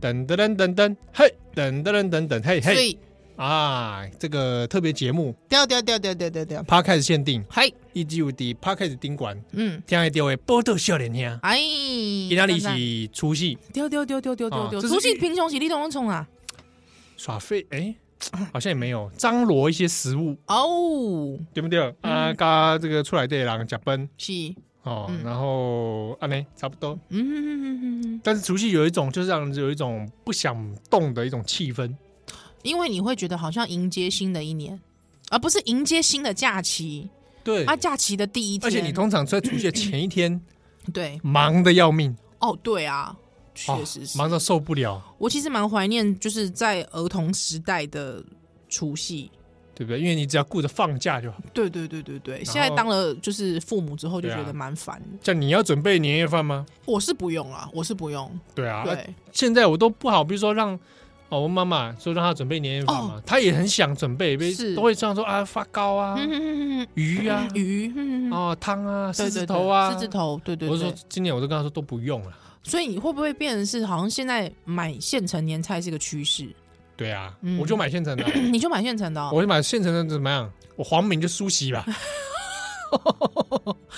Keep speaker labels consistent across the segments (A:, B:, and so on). A: 噔噔噔噔噔，嘿，噔噔噔噔噔，嘿
B: 所
A: 嘿
B: 以
A: 啊！这个特别节目
B: 掉掉掉掉掉掉掉，
A: Podcast 限定，
B: 嘿，
A: 一季有的 Podcast 宾馆，
B: 嗯，
A: 听爱丢的波多笑脸听，
B: 哎，
A: 意大利是出戏
B: 掉掉掉掉掉掉
A: 啊
B: 掉，
A: 这是
B: 出去平常时你都能冲啊？
A: 耍废，哎， 好像也没有张罗一些食物，
B: 哦，
A: 对不对？啊，加这个出来的人加班
B: 是，
A: 哦
B: 嗯，
A: 然后啊呢，差不多。
B: 嗯哼哼哼哼哼，
A: 但是除夕有一种就是让人有一种不想动的一种气氛，
B: 因为你会觉得好像迎接新的一年，而不是迎接新的假期，
A: 对
B: 啊，假期的第一天，
A: 而且你通常在除夕的前一天
B: 对，
A: 忙的要命，
B: 哦，对啊，确实
A: 哦
B: 是，
A: 忙到受不了，
B: 我其实蛮怀念就是在儿童时代的除夕。
A: 对不对？因为你只要顾着放假就好，
B: 对对对对对，
A: 后
B: 现在当了就是父母之后就
A: 对啊
B: 觉得蛮烦的。
A: 像你要准备年夜饭吗？
B: 我是不用啊，我是不用。
A: 对啊，啊
B: 对，
A: 现在我都不好，比如说让哦，我妈妈说让她准备年夜饭嘛，她也很想准备，被
B: 哦是
A: 都会这样说啊，发糕啊，
B: 嗯
A: 鱼啊，
B: 鱼，嗯
A: 哦，汤啊，狮
B: 对对对
A: 子头啊，
B: 狮子头，对对
A: 我是说
B: 对。
A: 今年我都跟她说都不用了，
B: 所以你会不会变成是好像现在买现成年菜是个趋势？
A: 对啊，
B: 嗯
A: 我就买现成的啊，
B: 你就买现成的哦。
A: 我就买现成的怎么样？我黄明就梳洗 吧。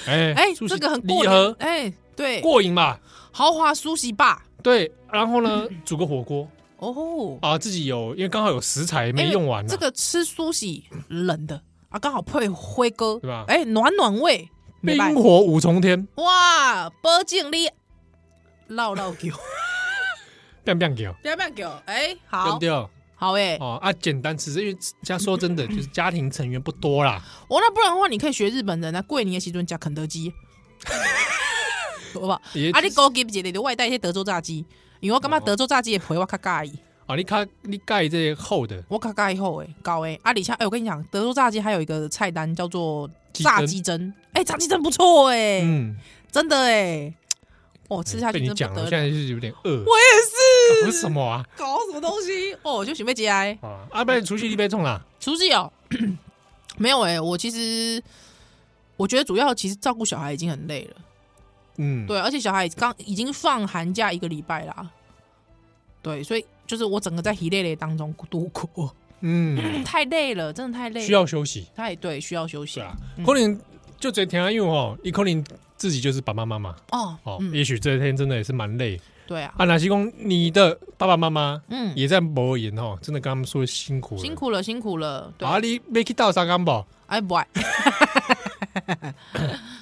A: 哎
B: 哎，
A: 梳洗
B: 这个很
A: 礼
B: 过瘾
A: 盒
B: 哎，对，
A: 过瘾嘛？
B: 豪华苏西吧。
A: 对，然后呢，煮个火锅
B: 哦，哎
A: 啊，自己有，因为刚好有食材没用完啊
B: 这
A: 呢，
B: 个吃苏西冷的啊，刚好配辉哥
A: 对，吧？
B: 哎，暖暖胃，没
A: 冰
B: 办
A: 火五重天，
B: 哇，保证你唠唠球，
A: 变变给，
B: 不要不要给我，哎，
A: 对
B: 好
A: 不对？
B: 好哎、
A: 哦啊，简单吃，因为家说真
B: 嗯
A: 的，就是家庭成员不多啦，
B: 哦，那不然的话，你可以学日本人啊，过年的时阵加肯德基，好不好？
A: 也
B: 啊，你高级一点，你就外带一些德州炸鸡，因为我感觉德州炸鸡的皮我较介意，
A: 啊，你看你盖这些厚的
B: 我较介意厚诶，高诶。啊，而且哎，我跟你讲，德州炸鸡还有一个菜单叫做炸鸡胗，哎、炸鸡胗不错诶，
A: 嗯，
B: 真的诶。哦，哎吃下去
A: 被你
B: 真
A: 讲
B: 不
A: 了，
B: 得
A: 我
B: 了
A: 现，在就是有点饿，
B: 我也是
A: 为什么啊？
B: 搞什么东西哦，我就准备节哀。
A: 啊，阿伯除夕礼拜冲啦，
B: 厨师 哦，没有哎、我其实我觉得主要其实照顾小孩已经很累了，
A: 嗯，
B: 对，而且小孩刚已经放寒假一个礼拜啦，对，所以就是我整个在疲累累当中度过，
A: 嗯，
B: 太累了，真的太累了，
A: 需要休息。
B: 太对，需要休息
A: 是啊，
B: 嗯
A: 可能就这天啊，因为哦，你可能自己就是爸爸妈妈
B: 哦，
A: 哦，
B: 嗯，
A: 也许这天真的也是蛮累
B: 对啊，
A: 啊。哪些公你的爸爸妈妈
B: 嗯，
A: 也在磨研哦，真的跟他们说辛苦了
B: 辛苦了，辛苦了，对，
A: 啊，你没去到啥干宝，
B: 哎不爱，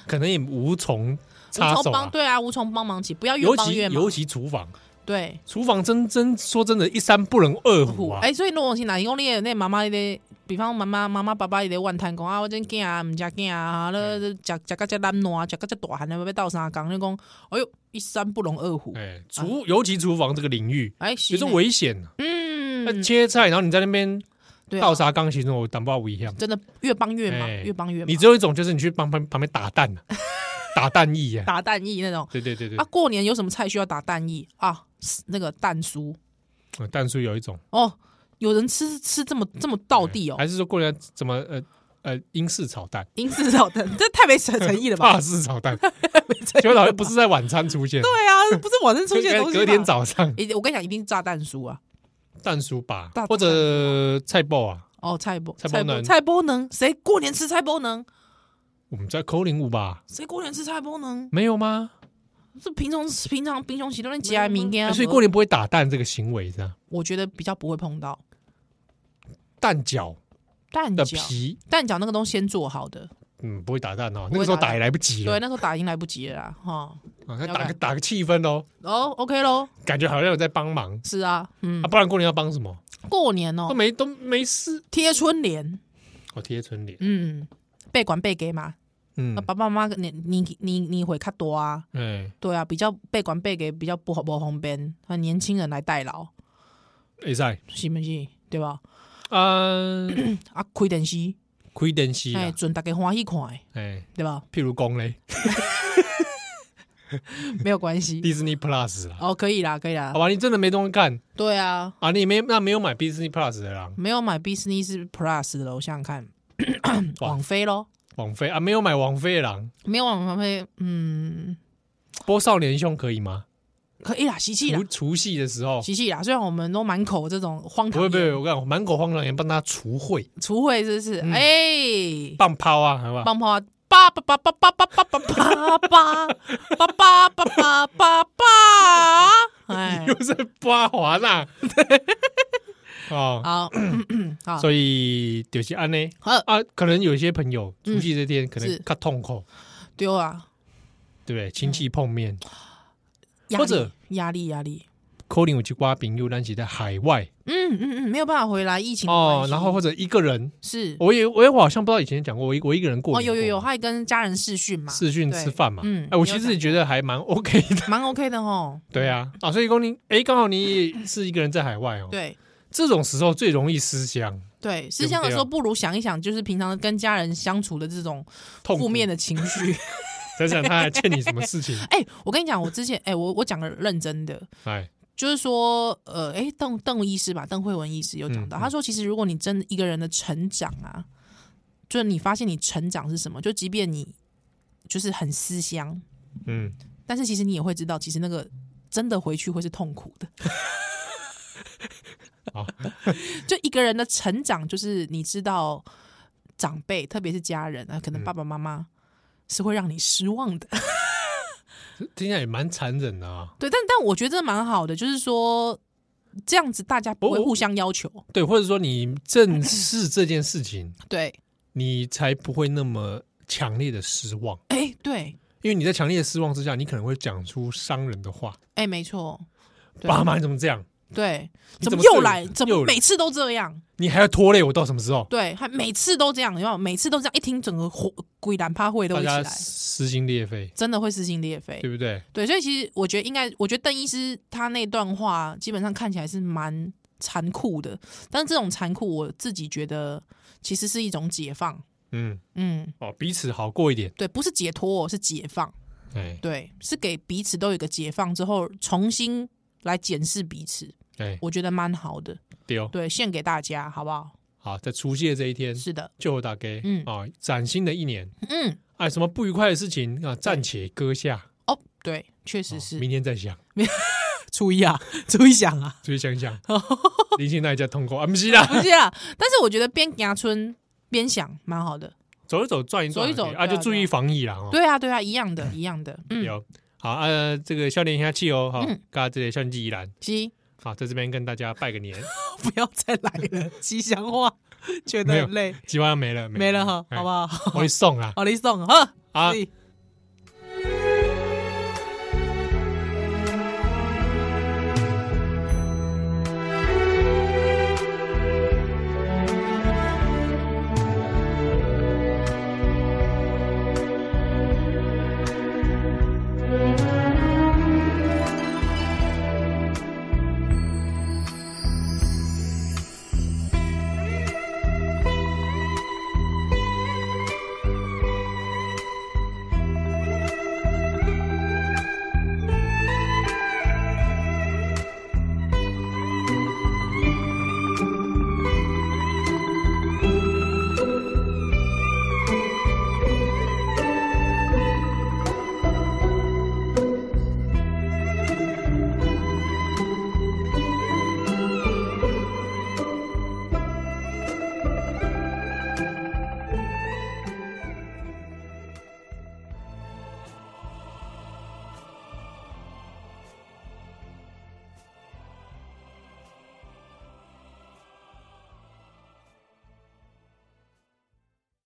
A: 可能也无从 插
B: 无
A: 手
B: 从帮，
A: 啊。
B: 对啊，无从帮忙起，不要越
A: 尤
B: 帮
A: 其
B: 越忙
A: 尤，其厨房，
B: 对，
A: 厨房真真说真的，一山不能二虎啊
B: 哎、。所以如果是哪一公你的那妈妈咧，比方妈妈妈妈爸爸咧怨叹讲啊，我真囝啊，毋食囝啊，咧
A: 嗯
B: 食食到遮懒惰，啊食到遮大汉了，要斗相共，你讲，哎哟，一山不容二虎，
A: 哎，厨尤其厨房这个领域，
B: 哎、
A: 有
B: 是
A: 时
B: 呢
A: 候危险啊。那
B: 嗯，
A: 切菜，然后你在那边
B: 对啊、
A: 倒啥钢琴，我đảm保不一样。
B: 真的越帮越忙，
A: 哎
B: 越帮越忙，
A: 你只有一种就是你去帮旁旁边打蛋 啊，打蛋液啊，
B: 打蛋液那种。
A: 对对对对
B: 啊，，过年有什么菜需要打蛋液啊？那个蛋酥
A: 呃蛋酥有一种哎
B: 哦，有人吃吃这么这么到地哦，
A: 还是说过年怎么呃呃英式炒蛋、
B: 英式炒蛋， 这太没诚诚意了 吧？
A: 法式炒蛋，
B: 没诚意
A: 结果好
B: 了
A: 像不
B: 吧
A: 是在晚餐出现，
B: 对啊，不是晚上出现的
A: 应
B: 东
A: 该
B: 西
A: 隔天
B: 吧，
A: 早上
B: 一定我跟你讲，一定是炸蛋酥啊。
A: 蛋酥吧
B: 大，
A: 或者菜包啊，
B: 哦，菜包
A: 菜包
B: 菜包
A: 能
B: 菜包能谁过年吃菜包能？
A: 我们在扣零五吧，
B: 谁过年吃菜包能？
A: 没有吗？
B: 这平常平常平常时都能夹明天啊，
A: 哎所以过年不会打蛋这个行为是吧？
B: 我觉得比较不会碰到
A: 蛋饺
B: 蛋
A: 的
B: 饺，
A: 皮，
B: 蛋饺那个东西先做好的，
A: 嗯，不会打蛋哦，
B: 不
A: 那
B: 会打蛋
A: 个时候打也来不及
B: 对，
A: 了，
B: 那时候打已经来不及了 啦，哈。
A: 啊，那
B: 要不
A: 打
B: 然
A: 个打个气氛哦，
B: 哦，OK 喽，
A: 感觉好像有在帮忙
B: 是啊，嗯
A: 啊，，不然过年要帮什么？
B: 过年
A: 都
B: 哦，
A: 没都没事，
B: 贴春联，
A: 我贴春联，
B: 嗯，被管被给嘛，
A: 嗯
B: 啊，，爸爸妈妈你你你你会较多啊，
A: 哎，
B: 对啊，比较被管被给比较不不方便，啊，年轻人来代劳，
A: 会使，
B: 是不是？对吧？
A: 哎啊，
B: 啊，开电视，
A: 开电视
B: 哎，
A: 啦，
B: 准大家欢喜看的，
A: 哎，
B: 对吧？
A: 譬如讲嘞
B: 没有关系。
A: ，Disney Plus 啦，
B: 哦，可以啦，可以啦
A: 好。吧，你真的没东西看
B: 对啊，
A: 啊，你没那没有买 Disney Plus 的啦，
B: 没有买 Business Plus 的咯，我想想看，
A: 哇
B: 网飞咯，
A: 王菲啊，没有买王菲的啦，
B: 没有网飞，嗯，
A: 播少年兄可以吗？
B: 可以啦，习气啦
A: 除，除夕的时候，
B: 习气啦。虽然我们都满口这种荒
A: 不
B: 唐
A: 会
B: 言，
A: 不会，我跟你讲，满口荒唐言帮他除秽，
B: 除秽是不是？哎、
A: 棒抛啊，好不好？
B: 棒炮啊！叭叭叭叭叭叭叭叭叭叭叭叭叭叭叭叭！哎，
A: 又是刮滑 啦，哦，
B: 好，好，
A: 所以就是安呢
B: 好
A: 啊，可能有些朋友除夕这天可能
B: 嗯是嗯
A: 较痛苦，
B: 丢啊！
A: 对不对？亲戚碰面，
B: 压
A: 或
B: 力
A: 者
B: 压力，压力。
A: 可能有去刮饼，又咱是在海外
B: 嗯嗯嗯，没有办法回来，疫情的
A: 哦
B: 关，系
A: 然后或者一个人，
B: 是
A: 我也我也好像不知道以前讲过，我一我一个人过
B: 哦，
A: 年
B: 有有
A: 过
B: 有，他还跟家人视讯嘛，
A: 视讯
B: 对
A: 吃饭嘛，
B: 嗯
A: 哎，我
B: 有
A: 其实
B: 讲
A: 觉得还蛮 OK 的，
B: 蛮 OK 的吼。
A: 对啊，啊，所以公你哎，刚好你也是一个人在海外哦，，
B: 对
A: 这种时候最容易思乡，
B: 对，思乡的时候不如想一想，就是平常跟家人相处的这种
A: 痛苦
B: 负面，的情绪。
A: 想想他还欠你什么事 情，
B: 哎，我跟你讲，我之前哎，我我讲个认真的，
A: 哎，
B: 就是说，呃，哎，邓邓医师吧，邓慧文医师有讲
A: 嗯
B: 到，
A: 嗯
B: 他说，其实如果你真的一个人的成长啊，就是你发现你成长是什么，就即便你就是很思乡，
A: 嗯，
B: 但是其实你也会知道，其实那个真的回去会是痛苦的。
A: 好，
B: 就一个人的成长，就是你知道长辈，特别是家人啊，可能
A: 嗯
B: 爸爸妈妈。是会让你失望的，
A: 听起来也蛮残忍的啊。
B: 对，但但我觉得这蛮好的，就是说这样子大家不会
A: 我我
B: 互相要求，
A: 对，或者说你正视这件事情，
B: 对，
A: 你才不会那么强烈的失望，
B: 哎，对，
A: 因为你在强烈的失望之下，你可能会讲出伤人的话，
B: 哎，没错，对
A: 爸妈你怎么这样？
B: 对，
A: 你
B: 怎
A: 怎
B: 么
A: 么
B: 又
A: 这
B: 来？
A: 样
B: 怎
A: 又
B: 么
A: 来
B: 每次都这样？
A: 你还要拖累我到什么时候？
B: 对，还每次都这样，有没有？每次都这样，一听整个火鬼胆趴会都
A: 大
B: 会起
A: 家
B: 来，
A: 撕心裂肺，
B: 真的会撕心裂肺
A: 对。不对？
B: 对，所以其实我觉得应该，我觉得邓医师他那段话基本上看起来是蛮残酷的，但是这种残酷我自己觉得其实是一种解放，
A: 嗯，
B: 嗯，
A: 哦，彼此好过一点，
B: 对，不是解脱，哦是解放，
A: 哎
B: 对，是给彼此都有一个解放之后，重新来检视彼此，
A: 哎，
B: 我觉得蛮好的，
A: 丢、哦、
B: 对，献给大家，好不好？
A: 好，在除夕的这一天，
B: 是的，
A: 就大概
B: 嗯
A: 啊，崭新的一年，
B: 嗯。
A: 哎，什么不愉快的事情啊，暂且搁下，
B: 哦，对，确实
A: 哦
B: 是、
A: 明天再想，
B: 初一啊，初一想啊，
A: 注意想 想，林心那一家痛苦啊，不是啦，
B: 不是啊。但是我觉得边牙村边想蛮好的。
A: 走一走，转一转而已，
B: 走一走
A: 啊，
B: 对啊
A: 就注意防疫啦。哦。
B: 对啊，对啊，一样 的，一样的。嗯，
A: 有好啊，这个笑脸下气哦，好，
B: 嗯
A: 大家这里笑脸季依然，
B: 鸡
A: 好，啊在这边跟大家拜个年，
B: 不要再来了，吉祥话，觉
A: 得很
B: 累，
A: 基本上没了，
B: 没了哈，
A: 哎
B: 好不好？
A: 我会送啦
B: 好，你送呵，
A: 啊
B: 所以